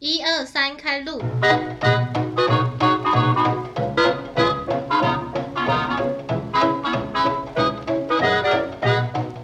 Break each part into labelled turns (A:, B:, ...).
A: 一二三，开录！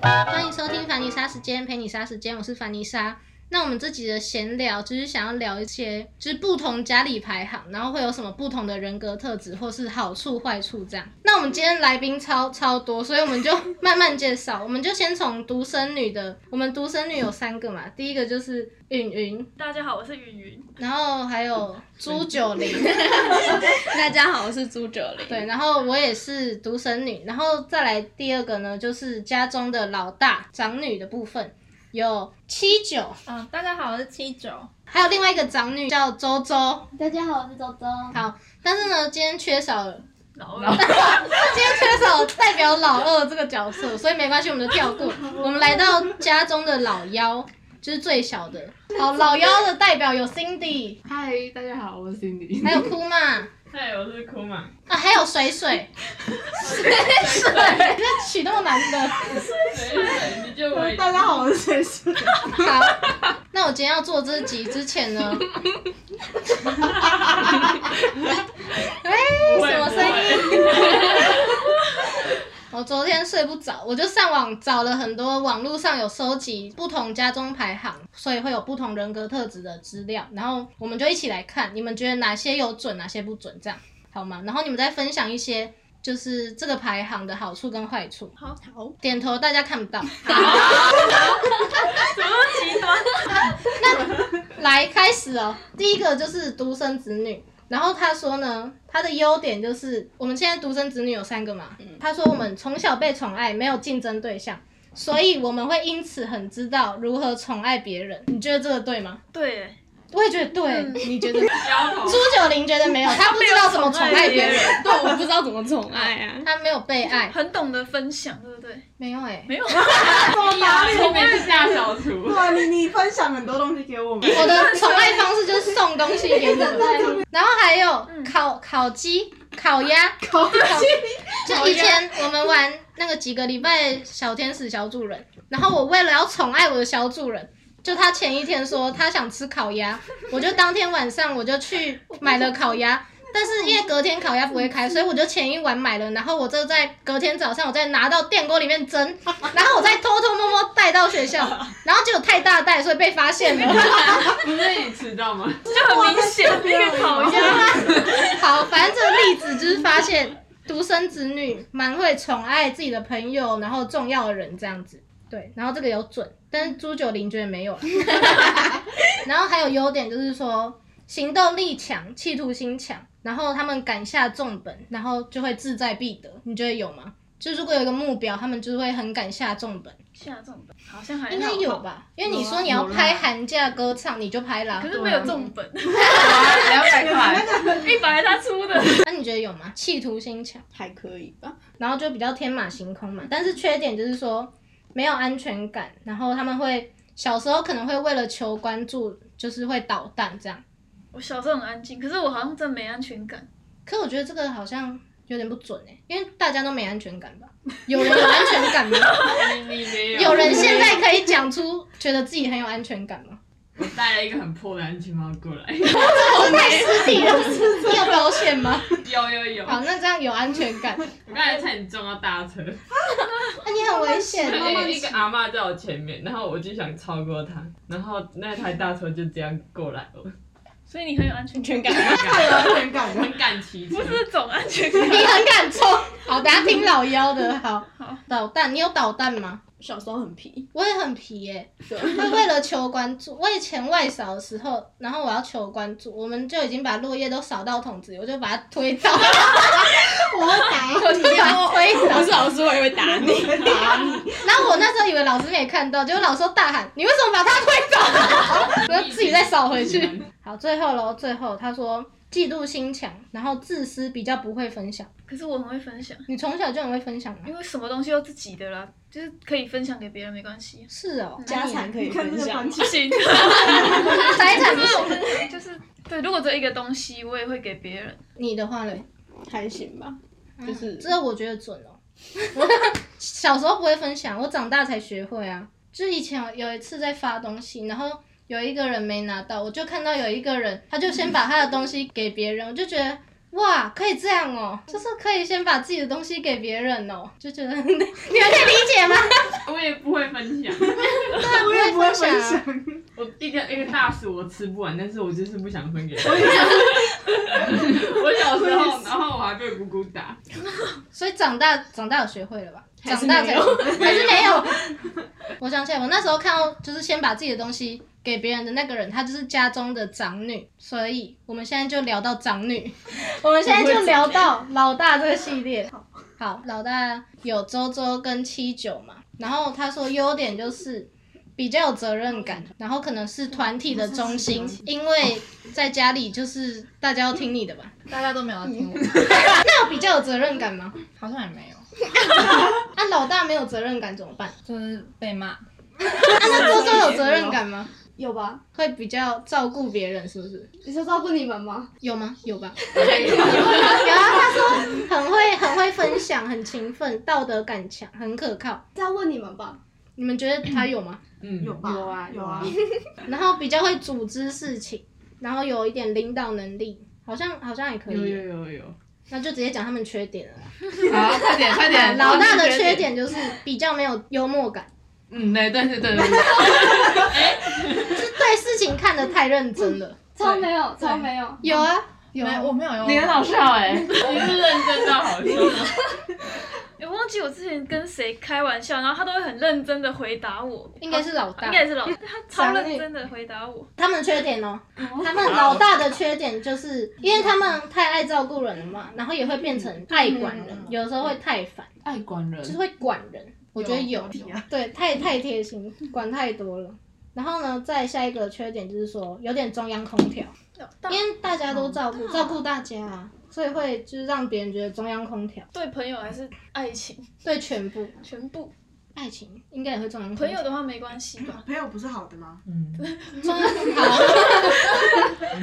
A: 欢迎收听凡妮莎时间，陪你莎时间，我是凡妮莎。那我们这集的闲聊，就是想要聊一些，就是不同家里排行，然后会有什么不同的人格特质，或是好处坏处这样。那我们今天来宾超超多，所以我们就慢慢介绍。我们就先从独生女的，我们独生女有三个嘛，第一个就是允云，
B: 大家好，我是云云。
A: 然后还有朱九龄，
C: 大家好，我是朱九 龄。
A: 对，然后我也是独生女，然后再来第二个呢，就是家中的老大长女的部分，有七九，
C: 嗯，大家好，我是七九。
A: 还有另外一个长女叫周周。
D: 大家好，我是周周。
A: 好，但是呢，今天缺少了，
B: 老二，
A: 今天缺少代表老二这个角色，所以没关系，我们就跳过。我们来到家中的老幺，就是最小的。好，老幺的代表有 Cindy，
E: 嗨，大家好，我是 Cindy。
A: 还有库玛啊，
B: 嗨，我是库玛。
A: 还有水水。水水，这取那么难的。
B: 你就我
E: 大家好，我是水水。
A: 好，那我今天要做这集之前 呢，哎、什么声音？我昨天睡不着，我就上网找了很多网络上有收集不同家中排行，所以会有不同人格特质的资料，然后我们就一起来看，你们觉得哪些有准，哪些不准，这样好吗？然后你们再分享一些。就是这个排行的好处跟坏处。
C: 好，好，
A: 点头大家看不到。
B: 什么极端？
A: 来开始哦，第一个就是独生子女。然后他说呢，他的优点就是我们现在独生子女有三个嘛。他说我们从小被宠爱，没有竞争对象，所以我们会因此很知道如何宠爱别人。你觉得这个对吗？
B: 对，
A: 我也觉得对。你觉得？
B: 摇头
A: 朱九龄觉得没有，嗯 他不知道怎么宠爱别人，
C: 对，我不知道怎么宠爱啊。
A: 他没有被爱，
B: 很懂得分享，对不对？
A: 没有哎、
B: 没有，
E: 哪里？
B: 每次大扫除。
E: 对，你你分享很多东西给我们。
A: 我 的宠爱方式就是送东西给你们， 然后还有
B: 嗯
A: 烤烤鸡、烤鸭、
E: 口
A: 就以前我们玩那个几个礼拜小天使小主人，然后我为了要宠爱我的小主人，就他前一天说他想吃烤鸭，我就当天晚上我就去买了烤鸭。但是因为隔天烤鸭不会开，所以我就前一晚买了，然后我就在隔天早上我再拿到电锅里面蒸，然后我再偷偷摸摸带到学校，然后结果太大袋，所以被发现了。
E: 不是你迟到吗？
B: 就很明显那个讨厌。
A: 好，反正这个例子就是发现独生子女蛮会宠爱自己的朋友，然后重要的人这样子。对，然后这个有准，但是朱九龄觉得没 有了。啊 然后还有优点就是说行动力强，企图心强，然后他们敢下重本，然后就会志在必得。你觉得有吗？就如果有一个目标，他们就会很敢下重本，
B: 下重本好像还好啊
A: 应该有？吧？因为你说你要拍寒假歌唱，你就拍啦啊
B: 可。是没有重本，
E: 两百块，
B: 一百他出的。
A: 那、啊你觉得有吗？企图心强。
C: 还可以吧。
A: 然后就比较天马行空嘛。但是缺点就是说没有安全感，然后他们会小时候可能会为了求关注，就是会捣蛋这样。
B: 我小时候很安静，可是我好像真没安全感。
A: 可我觉得这个好像有点不准哎、因为大家都没安全感吧？有人有安全感吗？
E: 你你没
A: 有人现在可以讲出觉得自己很有安全感吗？
E: 我带了一个很破的安全帽过来。
A: 这太实体了，你有保险吗？
E: 有有有，
A: 好，那这样有安全感，
E: 我刚才差点撞到大车。
A: 那你很危险
E: 对
A: 欸。
E: 一个阿嬷在我前面，然后我就想超过她，然后那台大车就这样过来了。
B: 所以你很有安全感，
C: 感
E: 很敢骑车
B: 不。是总安全感。
A: 你很敢冲，好，等下听老妖的，好
B: 好，
A: 捣蛋，你有捣蛋吗？
C: 小时候很皮，
A: 我也很皮耶、
C: 对，
A: 他为了求关注，我以前外扫的时候，然后我要求关注，我们就已经把落叶都扫到桶子里，我就把它推倒，我打你，推倒
C: 我。是老师，我也会打你。
A: 然后我那时候以为老师没看到，结果老师大喊：“你为什么把它推倒？”我就自己再扫回去。好，最后喽，最后他说嫉妒心强，然后自私，比较不会分享。
B: 可是我很会分享，
A: 你从小就很会分享吗？
B: 因为什么东西都自己的啦，就是可以分享给别人没关系。
A: 是哦，
C: 家产可以分享，
B: 不行。
A: 财产不
B: 就是我
A: 是
B: 们就是对，如果只有一个东西，我也会给别人。
A: 你的话嘞。
C: 还行吧。就是
A: 这我觉得准哦。 小时候不会分享，我长大才学会啊。就是以前有一次在发东西，然后有一个人没拿到，我就看到有一个人，他就先把他的东西给别人，我就觉得。哇，可以这样哦，就是可以先把自己的东西给别人哦，就觉得 你们可以理解吗？
E: 我也不会分享。
A: 我
D: 我也不会
A: 分
D: 分
A: 享啊，
D: 享。
E: 我一个一个大薯我吃不完，但是我就是不想分给他。我小时候，然后我还被姑姑打，
A: 所以长大长大有学会了吧？
C: 还是
A: 长
C: 没
A: 大
C: 有
A: 才 还是没有。 我想起来，我那时候看到就是先把自己的东西给别人的那个人，她就是家中的长女，所以我们现在就聊到长女， 我们现在就聊到老大这个系 列。好，老大有周周跟七九嘛，然后他说优点就是。比较有责任感，然后可能是团体的中
C: 哦
A: 心，因为在家里就是大家要听你的吧。
D: 大家都没有要听 我，
A: 那有比较有责任感吗？
D: 好像也没有，
A: 啊，老大没有责任感怎么办？
D: 就是被骂。
A: 啊，那周周有责任感 吗？
F: 有吧？
A: 会比较照顾别人，是不是？
F: 你说照顾你们吗？
A: 有吗？ 有吧？有啊，他说很会很会分享，很勤奋，道德感强，很可靠。
F: 再问你们吧。
A: 你们觉得他有 吗？
E: 嗯，
D: 吧？有啊，有啊。
A: 然后比较会组织事情，然后有一点领导能力，好像好像也可
E: 有
A: 以。
E: 有有有，
A: 那就直接讲他们缺点了啦。
E: 好，快点快点，
A: 老大的缺点就是比较没有幽默感，
E: 嗯，对对对对对，
A: 就是对事情看得太认真了。
F: 超没有，超没有。
A: 有啊，有
D: 没，
A: 啊
D: 我没有用。
C: 你很好笑哎、
E: 你是认真到好笑。
B: 我哎忘记我之前跟谁开玩笑，然后他都会很认真的回答我，啊
A: 应该是老大
B: 应该也是老，他超认真的回答我。
A: 他们缺点哦，他们老大的缺点就是，因为他们太爱照顾人了嘛，然后也会变成爱管人，有时候会太烦，
E: 爱管人
A: 就是会管人。我觉得嗯有，啊对，太太贴心，管太多了。然后呢，再下一个缺点就是说，有点中央空调，因为大家都照顾照顾大家啊，所以会就是让别人觉得中央空调
B: 对朋友还是爱情，
A: 对全部
B: 全部
A: 爱情应该也会中央空
B: 朋友
A: 调。
B: 的话没关系吧？
D: 朋友不是好的吗？
E: 嗯，
A: 中央空调，啊，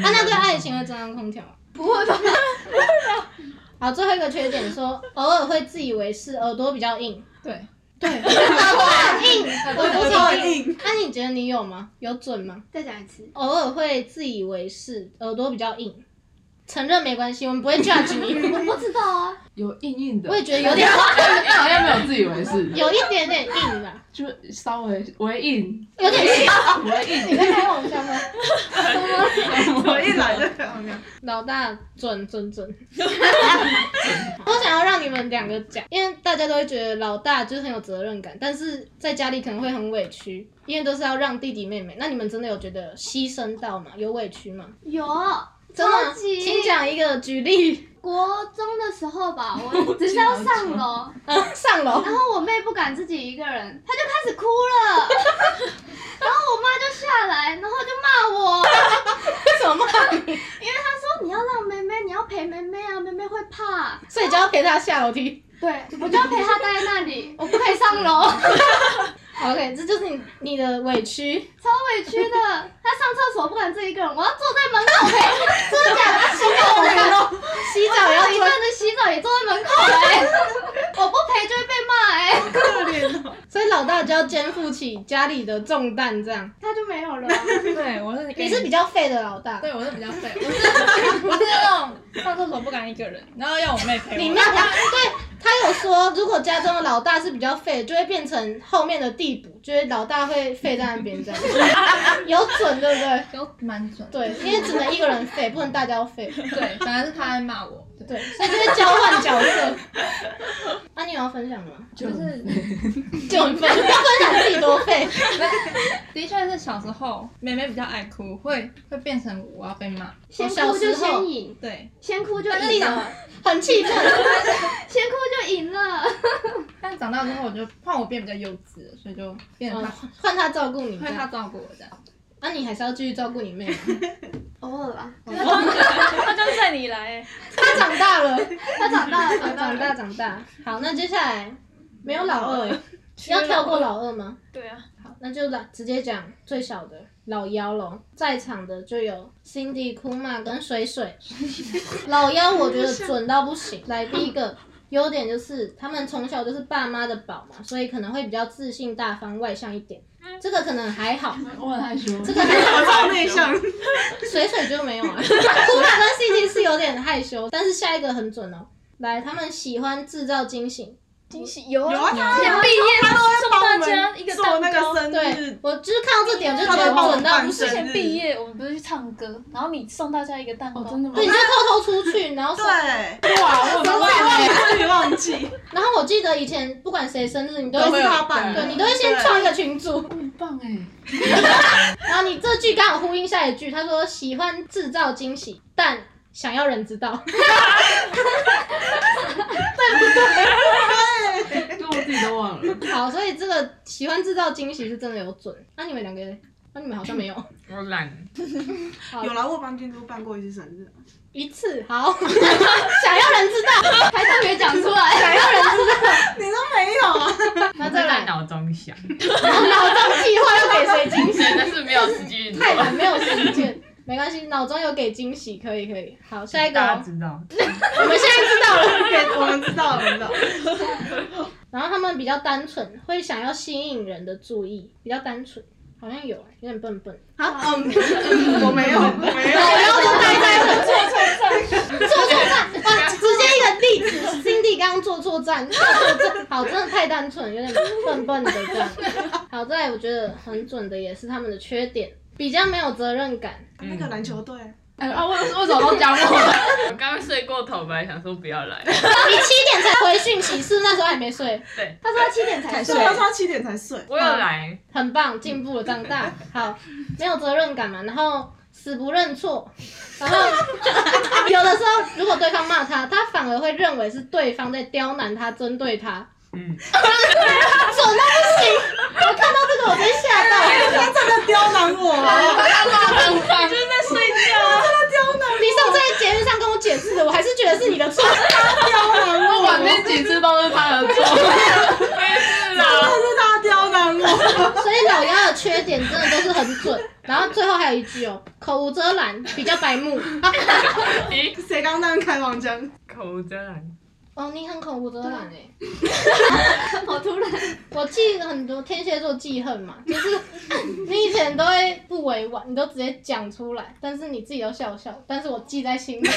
A: 那对爱情会中央空调吗？
F: 不会吧？
A: 好，最后一个缺点说，偶尔会自以为是，耳朵比较硬。
D: 对，
A: 硬，
D: 我
A: 耳朵
D: 超
A: 挺硬。
D: 硬。
A: 那、你觉得你有吗？有准吗？
F: 再讲一次。
A: 偶尔会自以为是，耳朵比较硬。承认没关系，我们不会 judge 你。
F: 我不知道啊，
E: 有硬硬的，
A: 我也觉得有点
E: 好像没有自以为是，
A: 有一点点硬啦，
E: 就稍微微硬，
A: 有点硬。
E: 微硬。
A: 你在开玩笑吗？
D: 我一来就开玩笑。
A: 老大准准 准。我想要让你们两个讲，因为大家都会觉得老大就是很有责任感，但是在家里可能会很委屈，因为都是要让弟弟妹妹。那你们真的有觉得牺牲到吗？有委屈吗？
F: 有。
A: 真的吗，
F: 超级
A: 请讲一个举例。
F: 国中的时候吧，我只是要上楼，
A: 嗯，上 楼。
F: 然后我妹不敢自己一个人，她就开始哭了，然后我妈就下来，然后就骂我，
A: 为什么骂你？
F: 因为她说你要让妹妹，你要陪妹妹啊，妹妹会怕。
A: 所以就要陪他下楼梯。
F: 对，我就要陪她待在那里，我不可以上楼，
A: OK，这就是你你的委屈，
F: 超委屈的。她上厕所不敢自己一个人，我要坐在门口陪。真的假的？洗澡我敢
A: 洗澡也要
F: 我一
A: 做
F: 阵。子洗澡也坐在门口哎、我不陪就会被骂哎、
A: 所以老大就要肩负起家里的重担，这样。
F: 他就没有了。
D: 对，我是
A: 你是比较废的老大，
D: 对，我是比较废，我是我是那种上厕所不敢一个人，然后要我妹陪我。
A: 你妹他对他有说，如果家中的老大是比较废的，就会变成后面的地补，就是老大会废在那边这 样。有准对不对？
D: 有蛮准的。
A: 对，因为只能一个人废，不能大家都废。
D: 对，本来是他在骂我，对，
A: 对，所以就会交换角 色。那、你有要分享吗？
D: 就是
A: 就 很分，要分享自己多废。
D: 的确是小时候妹妹比较爱哭，会会变成我要被骂。
F: 先哭就先赢，
D: 对，
F: 先哭就赢了，
A: 很气 愤。
F: 先哭就赢了。
D: 但长大之后我就换我变比较幼稚了，所以就变成
A: 嗯
D: 他、
A: 换他照顾你，
D: 会他
A: 那、
D: 照顾我这样。
A: 啊、你还是要继续照顾你妹吗。
F: 偶尔吧，
B: 他就带你来、欸，
A: 他长大了，
F: 他长大了，
A: 长大
F: 长大
A: 长
F: 了。
A: 大长大。好，那接下来没有老二，要跳过老二吗？
B: 对啊，
A: 好，那就来直接讲最小的老幺喽。在场的就有 Cindy、库玛跟水水。老幺我觉得准到不行。来，第一个优点就是他们从小就是爸妈的宝嘛，所以可能会比较自信、大方、外向一点。这个可能还好，
C: 我很害羞，
A: 这个还好，
C: 超内向。
A: 水水就 没有啊。库拉跟 CT 是有点害羞，但是下一个很准哦。来，他们喜欢制造惊喜。
B: 惊喜有
C: 有啊，
B: 啊，
C: 他
B: 毕业
C: 他都
B: 送
C: 帮
B: 大
C: 我
B: 家
C: 们
B: 一个
C: 啊做那
B: 蛋糕
C: 个。生
A: 对
C: 日，，
A: 我就是看到这点，我就觉
C: 他
A: 得
C: 都帮我
A: 准到
C: 办
A: 不行
B: 之。
C: 生
B: 前
C: 日
B: 毕业，我们不是去唱歌，然后你送大家一个蛋糕，哦真的吗
A: 对，你就偷偷出去，然后送
C: 对，
E: 哇，我
C: 我
E: 哇，
C: 忘记忘记，
A: 然后我记得以前不管谁生日，你都
C: 都
A: 会
C: 是他办的
A: 对你都会先
C: 对
A: 创一个群组，
B: 很棒哎，
C: 欸
A: 然后你这句刚好呼应下一句，他说喜欢制造惊喜，但想要人知道。
E: 这我自己都忘了。
A: 好，所以这个喜欢制造惊喜是真的有准。那、你们两个嘞，那、你们好像没有
E: 我懒，
A: 有
C: 来我帮君都办过一次生日，
A: 一次。好， 想要人知道，
F: 还特别讲出来，想要人
C: 你都没有啊？
A: 那
E: 我
A: 再
E: 在
A: 来，哦
E: 脑中想，
A: 脑中计划要给谁惊喜？
G: 但是没有实际运作
A: 太难，没有实践。没关系，脑中有给惊喜，可以可以。好，下一个
E: 大家
A: 哦，
E: 知道。
A: 我们现在知道了。
C: 对，我们知道，我们知道。
A: 然后他们比较单纯，会想要吸引人的注意，比较单纯，好像有、有点笨笨，
C: 啊，嗯，我没有，我没有，
A: 然后就呆呆的做错站，做错站，哇，直接一个例子，Cindy 刚刚做错站， 做错站，好，真的太单纯，有点笨笨的这样。好在我觉得很准的也是他们的缺点，比较没有责任感，
G: 嗯
C: 那个篮球队，
G: 哎啊，为为什么都讲 我？我刚刚睡过头，本来想说不要来，
A: 你七点才回讯息，是不是那时候还没睡，
F: 他说他七点才睡
C: 对，，他说他七点才睡，
G: 我 有来，
A: 很棒，进步了，长大，好，没有责任感嘛，然后死不认错，然后 有的时候如果对方骂他，他反而会认为是对方在刁难他、针对他，
E: 嗯，
A: 准到不行！我看到这个我真吓到。
C: 他真的刁难我啊，
B: 就是在睡觉啊。
A: 你上次在节目上跟我解释的，我还是觉得是你的错。
C: 刁难我，
G: 反正几次都是他的错，没事
C: 真
G: 啦
C: 的。是他刁难我，
A: 所以老鸭的缺点真的都是很准。然后最后还有一句哦，口无遮拦，比较白目。 啊
C: 谁刚当开黄腔？
E: 口无遮拦，
A: 哦，你很口无遮拦哎。
F: 好突然，
A: 我记得很多天蝎座记恨嘛，就是你以前都会不委婉，你都直接讲出来，但是你自己都笑笑，但是我记在心里，
C: 记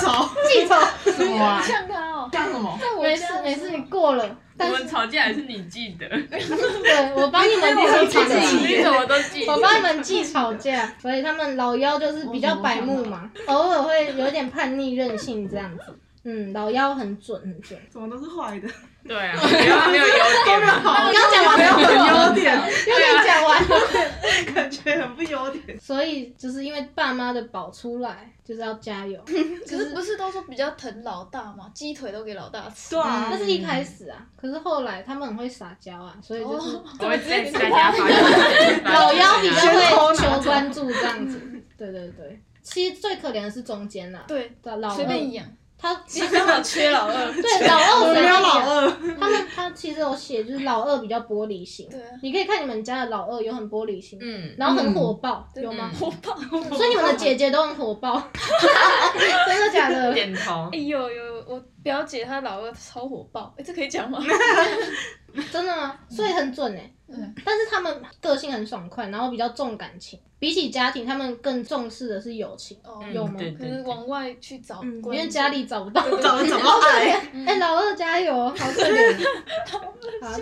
C: 仇，
A: 记仇。
G: 什么啊？
B: 呛他哦，
G: 干什么？
B: 但我
A: 没事没事，你过了。
G: 我
A: 但
G: 们
A: 是
G: 吵架还是你记得，
A: 对我帮你们记
C: 记
A: 仇。
C: 记
G: 你怎么都记
A: 我
G: 得。
A: 帮你们记吵架，所以他们老幺就是比较白目嘛，偶尔会有点叛逆任性这样子。嗯，老幺很准很准。
C: 怎么都是坏的，
G: 对啊，没有没有优点嘛。
A: 你刚讲完
C: 没有
A: 了，
C: 很优点，
A: 又没讲完了。
C: 感觉很不优 点。
A: 所以就是因为爸妈的宝出来，就是要加油。
B: 可是不是都说比较疼老大吗？鸡腿都给老大吃，
C: 对啊
A: 那，是一开始啊，可是后来他们很会撒娇啊，所以就是
G: 我会在大家发现
A: 老幺比较会
C: 先偷拿
A: 求
C: 走
A: 关注这样子。对对对，其实最可怜的是中间啦，
B: 对，
A: 对老
B: 随
A: 二
B: 便养。
A: 他
B: 刚好缺老二，
A: 对老
C: 我
A: 二随
C: 们没
A: 便
C: 有
A: 养
C: 老二，
A: 他们他其实有写，就是老二比较玻璃心。
B: 对啊
A: 你可以看你们家的老二有很玻璃心，
G: 嗯，
A: 然后很火爆，有吗？
G: 嗯
B: 火爆。
A: 所以你们的姐姐都很火爆，真的假的？
G: 点头
B: 哎。呦呦，我表姐她老二超火爆，哎，这可以讲吗？
G: 嗯
A: 真的吗？所以很准哎、
D: 嗯
A: 但是他们个性很爽快，然后比较重感情，比起家庭，他们更重视的是友情，
B: 哦，
G: 嗯
A: 有吗
G: 对
B: 可
G: 对
B: 能
G: 对。
B: 往外去找关
A: 嗯因
B: 注，
A: 为家里找不到。
C: 找找不到爱，
A: 哎、老二加油，好可怜。好，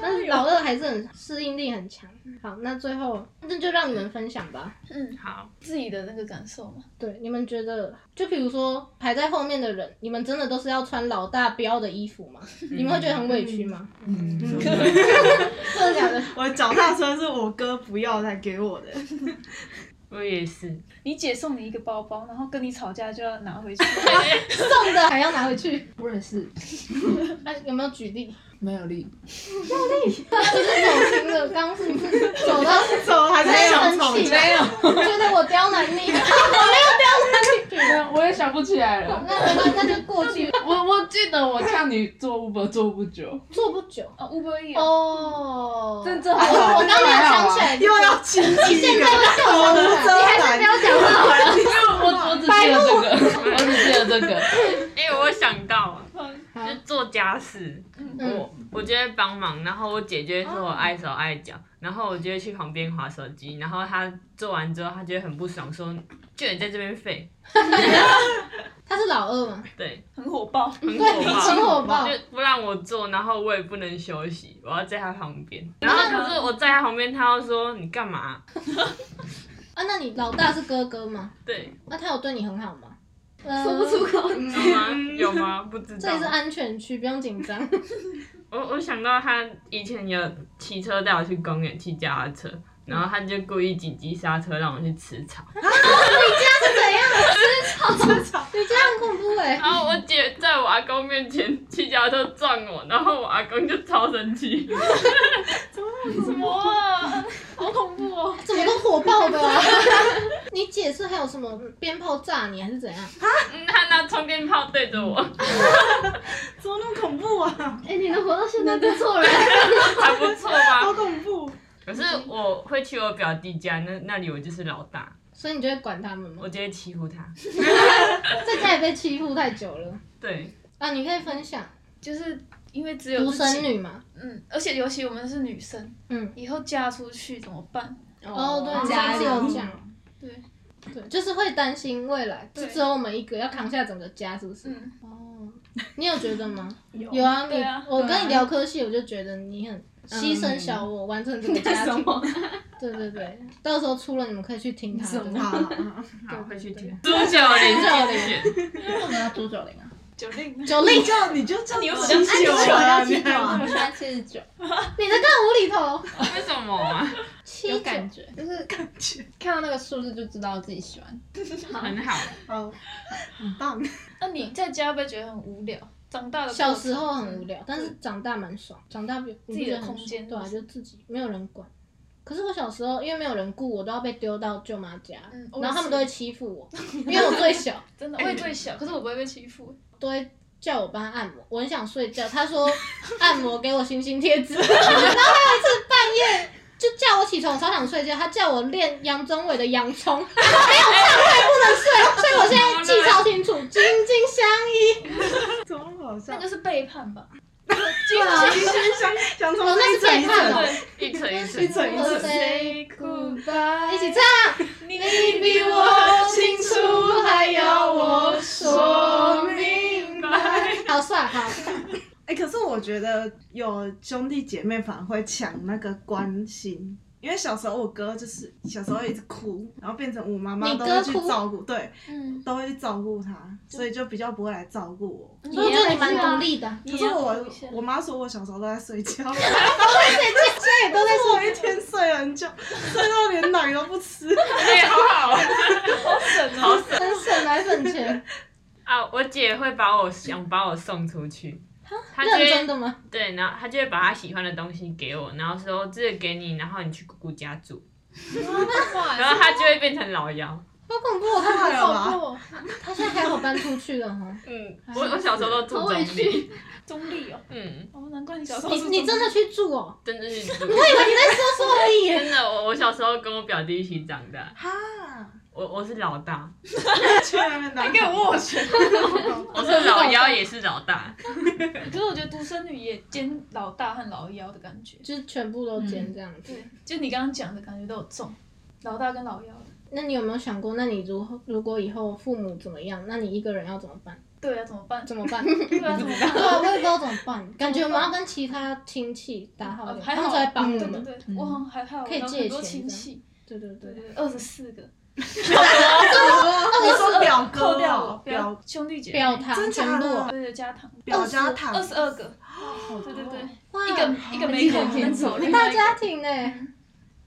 A: 但是老二还是很适应力很强。好，那最后那就让你们分享吧。
B: 嗯
G: 好，
B: 自己的那个感受嘛。
A: 对，你们觉得，就比如说排在后面的人，你们真的都是要穿老大标的衣服吗？你们会觉得很委屈吗？
E: 嗯，
A: 真的假的？
C: 我脚踏车是我哥不要再给我的，
G: 我也是。
B: 你姐送你一个包包，然后跟你吵架就要拿 回去，
A: 送的还要拿回去？
H: 我也是，
A: 哎、有没有举例？
H: 没有力，
A: 就是走心了，刚是不是走到
C: 走还是想
A: 生
C: 吵
A: 气，
C: 架，
A: 有，觉得我刁难你，
H: 我也想不起来
A: 那
H: 了。
A: 没关系，那就过去，
H: 我我记得我看你做 Uber 做不久，
A: 做不久。
B: 哦，乌龟也
A: 哦，
H: 但这
A: 我
H: 还好，啊
A: 我刚没有想起来，
C: 又要亲
A: 你
C: 近
A: 现
C: 一个
A: 在又叫我
C: 我
A: 什
C: 的
A: 么？
C: 遮
A: 你还是不，要讲了
C: 拦
A: 好了。
H: 因为 我我只记得这个，我只记得这个。
G: 哎因为我想到啊，
A: 好嗯
G: 就坐家事，我我就会帮忙，然后我姐就会说我碍手碍脚，然后我就会去旁边划手机，然后她做完之后，她就会很不爽，说就你在这边废，
A: 他是老二 嘛，
G: 对，
B: 很火爆。
G: 很
A: 对，
G: 火
A: 很
G: 爆。
A: 火爆
G: 就。不让我做，然后我也不能休息，我要在她旁边。然后可是我在她旁边，她又说你干嘛？
A: 啊，那你老大是哥哥吗？
G: 对，
A: 那他有对你很好吗？
F: 说不出口。
G: 有吗？有吗？不知道。
A: 这里是安全区，不用紧 张。
G: 我我想到他以前有骑车带我去公园骑脚踏车，然后他就故意紧急刹车让我去吃草，
A: 你这样很恐怖 哎、
G: 然后我姐在我阿公面前骑脚踏车撞我，然后我阿公就超生 气，
B: 什么啊？好恐怖哦！
A: 怎么都火爆的、啊？ 你姐是还有什么鞭炮炸你还是怎样？
G: 嗯他拿充电炮对着我，
C: 怎么那么恐怖啊？
F: 哎，你能活到现在不错 了。
G: 还不错吧
C: 好？恐怖！
G: 可是我会去我表弟家，那那里我就是老大，
A: 所以你就会管他们吗
G: 我？就会欺负他。
A: 在家里被欺负太久了
G: 对，
A: 啊！你可以分享
B: 就是因为只有
A: 独
B: 自己
A: 生，女嘛？
B: 嗯，而且尤其我们是女生，
A: 嗯，
B: 以后嫁出去怎么办？
A: 哦，对，你
D: 家
A: 上次有
D: 里
A: 讲，
B: 对
A: 对，就是会担心未来，就
B: 对
A: 只有我们一个要扛下整个家，是不是？
B: 嗯，
A: 哦，你有觉得吗？有啊，你
B: 对啊
A: 我跟你聊科系，我就觉得你很牺牲小我，完成这个家庭。对对对，到时候出了你们可以去听他的。
C: 好
G: 好，会去听。
A: 对
G: 猪脚林
A: 九
G: 竞
A: 零
G: 选，
D: 为什么要猪九零啊？
B: 九令
A: 九令，
C: 叫你就叫你有
B: 什么
C: 九
F: 要
C: 啊？
F: 七
C: 你
F: 九啊
C: 看
D: 我现在七十九，
A: 你的更无厘头。
G: 为什么啊？
A: 七
D: 有
A: 九
D: 感觉， 就是感觉看到那个数字就知道自己喜欢。
G: 很好，
C: 好，很棒。
B: 那你在家会不会觉得很无聊？长大
D: 哦
B: 的
A: 小时候很无聊，但是长大蛮爽。长大比
B: 自己的空间
A: 对啊，
B: 是
A: 就自己没有人管。可是我小时候因为没有人顾我，都要被丢到舅妈家，
B: 嗯我也
A: 然后他
B: 是
A: 们都会欺负我，因为我最小，
B: 真的，我也最小，可是我不会被欺负。
A: 都会叫我帮他按摩，我很想睡觉，他说按摩给我星星贴纸，然后 还有一次半夜就叫我起床，我超想睡觉，他叫我练杨宗纬的洋葱， 没有唱我也不能睡，所以我现在记超清楚，紧紧相依。
C: 怎么好笑
B: 那？个是背叛吧？
A: 对啊，
C: 其实想想从
A: 哦那
C: 这
A: 是
C: 一层
A: 背
C: 一
A: 叛
C: 层
A: 了，
G: 一层一 层
C: 一。层一
A: 我
C: 层，
A: say
B: goodbye，
A: 一起唱，
B: 你
A: 你比我清楚，还要我说明白。好帅，好，
C: 哎、可是我觉得有兄弟姐妹反而会抢那个关心，因为小时候我哥就是小时候一直哭，然后变成我妈妈
A: 你
C: 都
A: 哥
C: 会去
A: 哭
C: 照顾，对，
B: 嗯，
C: 都会去照顾他，所以就比较不会来照顾我。
A: 所以我觉得你蛮独立的，
C: 可是我我妈说我小时候都在睡觉， 都
A: 现在也都在
C: 我一天睡很久，睡到连奶都不吃。
G: 哎，好好啊，好省
A: 很省奶粉钱，
G: 啊！我姐会把我想把我送出去，她就
A: 认真
G: 会
A: 的吗？
G: 对，然后她就会把她喜欢的东西给我，然后说这个给你，然后你去姑姑家住，然 后她就会变成老幺。
A: 好恐怖，他啊
C: 太好了吧？
B: 哦，
A: 他现在还好搬出去了哈。
G: 嗯，我我小时候都住
F: 好
G: 中
F: 委
G: 立，
B: 中立哦，
G: 嗯，
B: 哦，难怪你小时候
A: 你
B: 是
A: 你真的去住哦？
G: 真 的是住
A: 我以为你在说说而已耶。
G: 真的，我我小时候跟我表弟一起长大，
C: 哈，
G: 我我是老大，
C: 去外面哦打
H: 给我选，
G: 我是老幺也是老大，
B: 中立，可是我觉得独生女也兼老大和老幺的感觉。
A: 就是全部都兼这样子。
B: 对，就你刚刚讲的感觉都有中，老大跟老幺。
A: 那你有没有想过，那你如何如果以后父母怎么样，那你一个人要怎么办？
B: 对啊，怎么办？
A: 怎么 办？对
B: 对啊，怎么
A: 啊，
B: 办？
A: 我也不知道怎么办。感觉我们要跟其他亲戚打好
B: 呃
A: 脸，
B: 还
A: 他
B: 好
A: 们才帮我
B: 对对
A: 们。
B: 对，我好像还
A: 嗯
B: 好，
A: 可以
B: 我有
A: 借
B: 很多
A: 钱
B: 亲
A: 这样哦
B: 戚，
A: 对对
B: 对
A: 对，
B: 对，二十四个，
C: 你说表
B: 扣
C: 哥
B: 掉
C: 哦
B: 我，表
C: 表
B: 兄弟姐妹，
A: 表堂
C: 真假
A: 全
C: 的
A: 部哦。
B: 对对加糖，
C: 表家堂
B: 二十二个，对对对，
A: 哇，
B: 一个一 个没空分手，另
A: 大
B: 外一个。
A: 家庭欸呢。嗯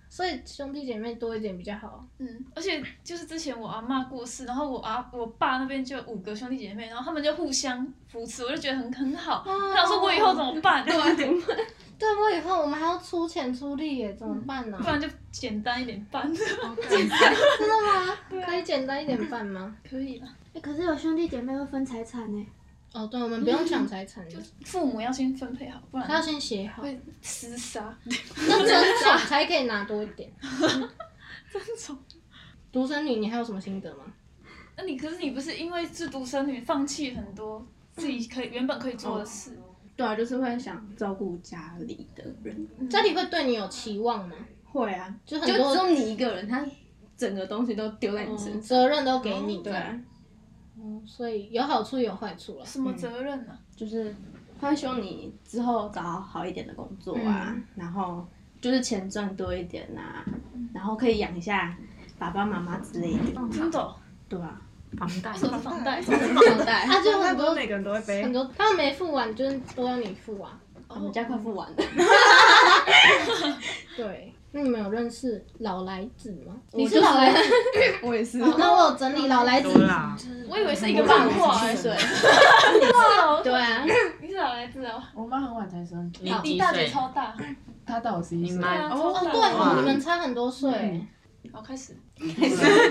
A: 所以兄弟姐妹多一点比较好。
B: 嗯，而且就是之前我阿嬷过世，然后我阿我爸那边就有五个兄弟姐妹，然后他们就互相扶持，我就觉得很很好。他想说我以后怎么办？ 不
A: 对我以后我们还要出钱出力耶，怎么办呢、
B: 然就简单一点 办。
A: 真的吗？啊可以简单一点办吗？
B: 可以了，
F: 哎可是有兄弟姐妹会分财产欸呢。
A: 哦，对，我们不用抢财产的，
B: 父母要先分配好，不
A: 他要
B: 然
A: 先写好，
B: 会厮杀。
A: 那争宠才可以拿多一 点。
B: 这种，
A: 独生女，你还有什么心得吗？
B: 那你可是你不是因为是独生女放弃很多自己可以原本可以做的事？
C: 对啊，就是会想照顾家里的人，
A: 家里会对你有期望吗？
C: 会啊，
A: 就
C: 就
A: 很
C: 只有
A: 多嗯
C: 你一个人，他整个东西都丢在你身上，
A: 责任都给你，
H: 哦
C: 对啊，
A: 哦，所以有好处有坏处了。
B: 什么责任呢、
C: 就是他会希望你之后找到好一点的工作啊，
A: 嗯
C: 然后就是钱赚多一点啊，然后可以养一下爸爸妈妈之类的，
B: 真的哦，
C: 对啊，
G: 房贷，
B: 什么房贷？
C: 房贷，哦
A: 啊，就
H: 哎那
A: 很
H: 不是
A: 多
H: 每个人都会背
A: 很。多，他们没付完就是都要你付啊。
C: 我们
B: 哦
C: 家快付完了。
A: 对，那你们有认识老来子吗？
C: 你
A: 我
C: 是
A: 就
C: 老来子， 我也是。
A: 那我有整理老来子
G: 多， 啦，
B: 我以为是一个漫画、
C: 七
B: 欸。
C: 岁，
B: 哇，
A: 对啊，
B: 你是老来自哦，
I: 我妈很晚才生，
G: 你
B: 你
G: 几
B: 大姐
G: 岁？
B: 超大，
I: 她大我十一
G: 你
I: 岁。
G: 妈
B: 哦
A: 哦对
B: 哇
A: 哦，你们差很多岁。
B: 好开始，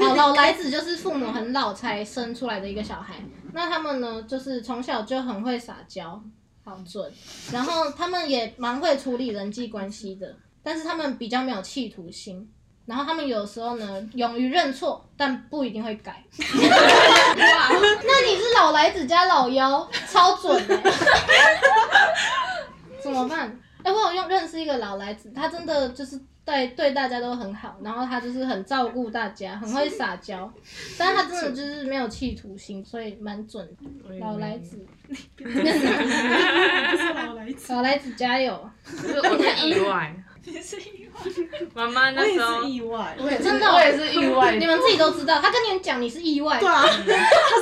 A: 老老来子就是父母很老才生出来的一个小孩，那他们呢，就是从小就很会撒娇，好准，然后他们也蛮会处理人际关系的，但是他们比较没有企图心。然后他们有时候呢，勇于认错，但不一定会改。 那你是老来子加老妖，超准、欸。 怎么办？哎、我有用认识一个老来子，他真的就是对对大家都很好，然后他就是很照顾大家，很会撒娇，但是他真的就是没有企图心，所以蛮准的。老来子，
H: 不是老来子，
A: 老来子加油！
G: 我是我是意外，
B: 你是意外，
G: 妈妈
H: 我
G: 那
H: 也
G: 时候
H: 是意外。
I: 我也是
A: 真的哦
I: 我也是意外
A: 你。们自己都知道，他跟你们讲你是意外
H: 对，啊，他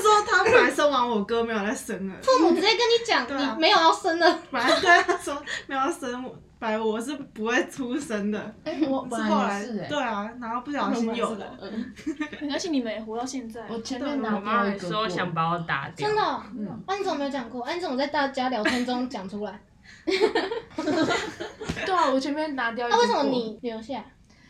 H: 说他本来生完我哥没有再生了，
A: 父母直接跟你讲
H: 对啊
A: 你没有要生了，
H: 本来对他说没有要生我，本来我是不会出生的，
I: 哎，我
H: 是
I: 本
H: 后
I: 来
H: 来
I: 也
C: 欸
I: 是哎，
H: 对啊，然后不小心有了。
I: 嗯
B: 没关系，你们也活到现在。
I: 我前面拿
G: 我妈
I: 掉一
G: 还
I: 个
G: 说
I: 过
G: 想把我打掉
A: 真，的哦。
I: 嗯
A: 啊，你怎么没有讲过？啊，你怎么在大家聊天中讲出 来？
I: 对啊，我前面拿掉一
A: 那、
I: 个
A: 啊、
I: 过。
A: 为什么你留下？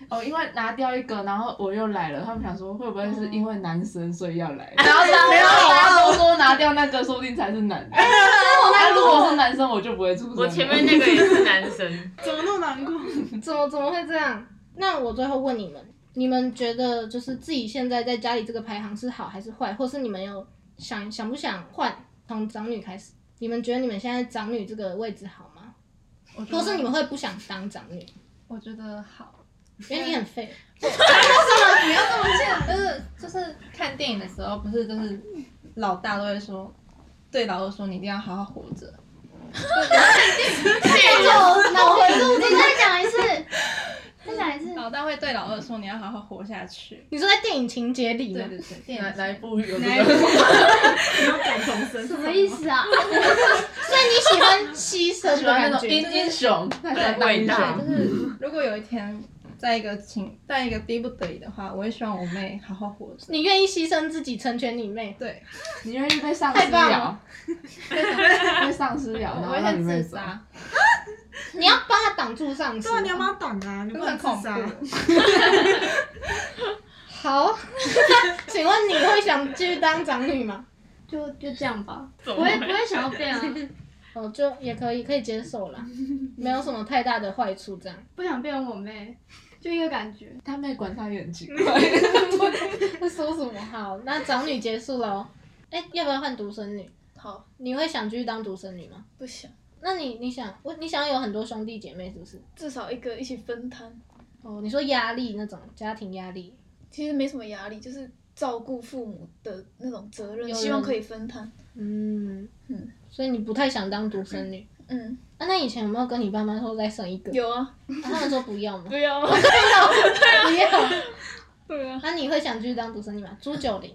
I: 哦，因为拿掉一个，然后我又来了，他们想说会不会是因为男生所以要来，然后大家大家都说拿掉那个，说不定才是男的。那如果是男生，我就不会出声了。
G: 我前面那个也是男 生，
H: 怎么那么难过？
A: 怎么怎么会这样？那我最后问你们，你们觉得就是自己现在在家里这个排行是好还是坏，或是你们有想想不想换？从长女开始，你们觉得你们现在长女这个位置好吗？
D: 我觉
A: 或
D: 得
A: 是你们会不想当长女，
D: 我觉得好，
A: 因为你很废。
D: 不要这么讲，就是就是看电影的时候，不是就是老大都会说，对老二说你一定要好好活着，
F: 脑回路，你再讲一次，再讲一次。
D: 老大会对老二说你要好好活下去。
A: 你说在电影情节里
D: 对
A: 呢？
D: 对对，电
I: 哪
D: 影
I: 哪一部有这
D: 哪一部
I: 个？
H: 你要感同身受
F: 什么意？思啊？
A: 所以你喜欢牺牲
I: 喜
A: 的
I: 欢那
A: 感
I: 种
A: 觉，
I: 英英雄，他喜欢当英
G: 伟大
I: 雄。
D: 就是如果有一天在一个情在一个逼不得已的话，我也希望我妹好好活着。
A: 你愿意牺牲自己成全你妹。
D: 对，
I: 你愿意被丧尸
A: 太棒
I: 咬
A: 了？
I: 被丧尸咬，然
D: 我
I: 后
D: 会
I: 让
D: 先
I: 你被
D: 自
I: 杀。
D: 杀，
A: 你要帮她挡住上司。
H: 对啊，你要帮他挡啊，你
D: 真
H: 不
D: 的
H: 能
D: 很恐
H: 自杀。
D: 怖。
A: 好， 请问你会想继续当长女吗？
F: 就就这样吧，
G: 怎
F: 不
G: 么
F: 会
G: 会
F: 不会想要变啊，
A: 哦，就也可以，可以接受啦，没有什么太大的坏处这样。
F: 不想变我妹，就一个感觉。
I: 他妹管他也很奇怪。
A: 在说什么？好，那长女结束了哦。 哎、要不要换独生女？
B: 好，
A: 你会想继续当独生女吗？
B: 不想，
A: 那你你想，我你想要有很多兄弟姐妹是不是？
B: 至少一个一起分摊。
A: 哦，你说压力那种家庭压力，
B: 其实没什么压力，就是照顾父母的那种责任，
A: 有
B: 希望
A: 人
B: 可以分摊。
A: 嗯
B: 嗯
A: 所以你不太想当独生女。
B: 嗯，
A: 啊，那以前有没有跟你爸妈说再生一个？
B: 有啊，
A: 啊他们说不要 吗？
B: 不要，
A: 不要。
B: 对啊，
A: 那你会想继续当独生女吗？朱九龄，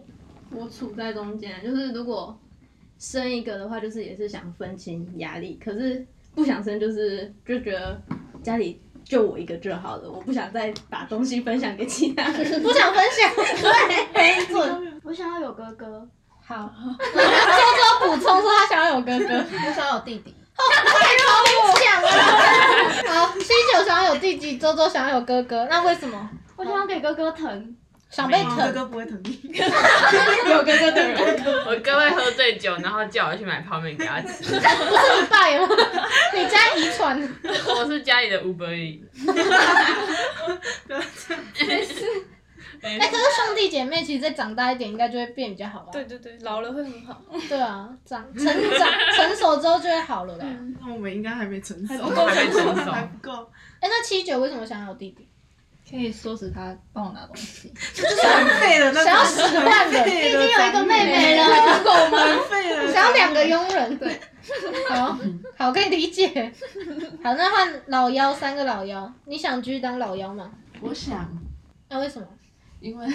C: 我处在中间，就是如果生一个的话，就是也是想分清压力，可是不想生就是就觉得家里就我一个就好了，我不想再把东西分享给其他人。
A: 不想分享。对，没准。
F: 我想要有哥哥，
D: 好，
A: 周周补充说他想要有哥哥。
D: 我想要有弟弟。
A: 想啊！好，新九想要有弟弟，周周想要有哥哥，那为什么？
F: 我想要给哥哥疼。
A: 想被
H: 我哥
A: 疼，
H: 哥不会疼你，
D: 有哥哥的人，
G: 我哥会喝醉酒，然后叫我去买泡面给他吃，
A: 不是你爸有没有？ 你家遗传？
G: 我是家里的 Uber E。
H: 不要这样。
G: 而
A: 哎、可是兄弟姐妹其实再长大一点，应该就会变比较好吧？
B: 对对对，老了会很好，
A: 对啊，长成长成熟之后就会好了啦。哎、
H: 那我们应该还没成熟，还
J: 不够成熟
H: 还不够。
A: 哎那七九为什么想要有弟弟？
K: 可以唆使他帮我拿东西。
H: 就是很废的那种，
A: 想要死烂的
H: 很废的，已经
F: 有一个妹妹了，
H: 够蛮废 的，
A: 想要两个佣人，对，好好可以理解。好，那换老幺，三个老幺，你想继续当老幺吗？
C: 我想，
A: 那、为什么？
C: 因为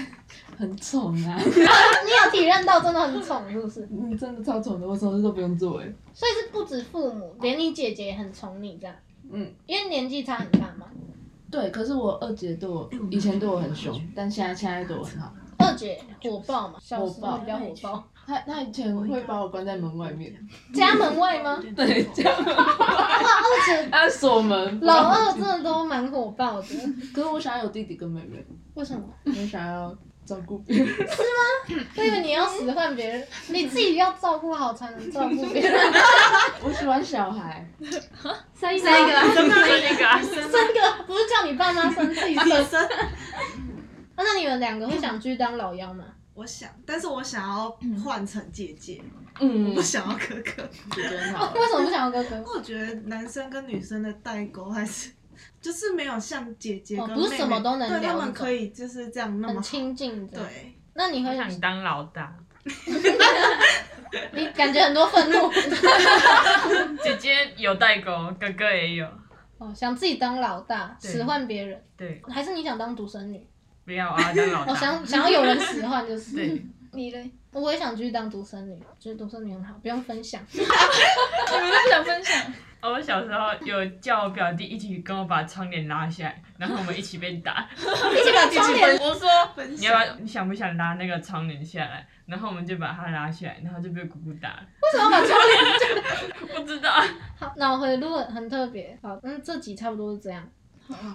C: 很宠啊，
A: 你有体认到真的很宠是不是？
C: 你真的超宠的，我什么事都不用做哎。
A: 所以是不止父母，连你姐姐也很宠你这样，
C: 嗯，
A: 因为年纪差很大嘛。
C: 对，可是我二姐对我以前对我很凶，但现在现在对我很好。
A: 二姐火爆嘛，小时候比较火爆，
C: 她她以前会把我关在门外面，
A: 家门外吗？
C: 对，这样
A: 二姐
C: 她锁门。
A: 老二真的都蛮火爆的，
C: 可是我想要有弟弟跟妹妹，
A: 为什么？
C: 我想要照顾别人。
A: 我以为你要使唤别人，你自己要照顾好才能照顾别人。
C: 我喜欢小孩，
F: 生一个，
G: 真的那个啊，
A: 生个不是叫你爸妈生，自己 生。啊那你们两个会想去当老幺吗？
H: 我想，但是我想要换成姐姐，
C: 嗯
H: 我不，想要哥哥。
C: 觉得很好。
A: 为什么不想要哥哥？
H: 我觉得男生跟女生的代沟还是，就是没有像姐姐
A: 哦
H: 跟妹妹，
A: 不是什么都能
H: 对
A: 聊
H: 他
A: 那种
H: 们可以就是这样那么
A: 很
H: 好
A: 亲近的。
H: 对，
A: 那你
G: 我
A: 会
G: 想当老大。
A: 你感觉很多愤怒，
G: 姐姐有代沟，哥哥也有。
A: 哦，想自己当老大，
G: 对
A: 使唤别人，
G: 对，
A: 还是你想当独生女？
G: 不要啊，当老
A: 我、
G: 大。
A: 想想要有人使唤就是。
G: 对，
B: 你嘞？你
A: 我也想继续当独生女，觉得独生女很好，不用分享。
B: 们都不想分享，
G: 哦我小时候有叫我表弟一起跟我把窗帘拉下来，然后我们一起被打。
A: 一起把窗帘，
G: 我说你要不要，你想不想拉那个窗帘下来？然后我们就把它拉下来，然后就被姑姑打了。
A: 为什么要把窗帘？
G: 不知道，
A: 好，脑回路很特别。好，嗯，这集差不多是这样。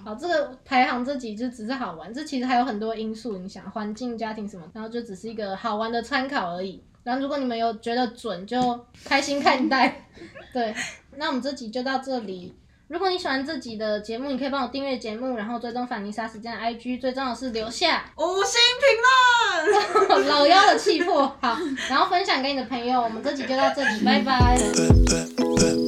A: 好，这个排行这集就只是好玩，这其实还有很多因素影响，环境、家庭什么，然后就只是一个好玩的参考而已。然后如果你们有觉得准，就开心看待。对，那我们这集就到这里。如果你喜欢这集的节目，你可以帮我订阅节目，然后追踪反尼莎时间的 IG，最重要的是留下。
H: 五星评 论。
A: 老妖的气魄，好，然后分享给你的朋友。我们这集就到这里，拜拜。
L: But, but, but,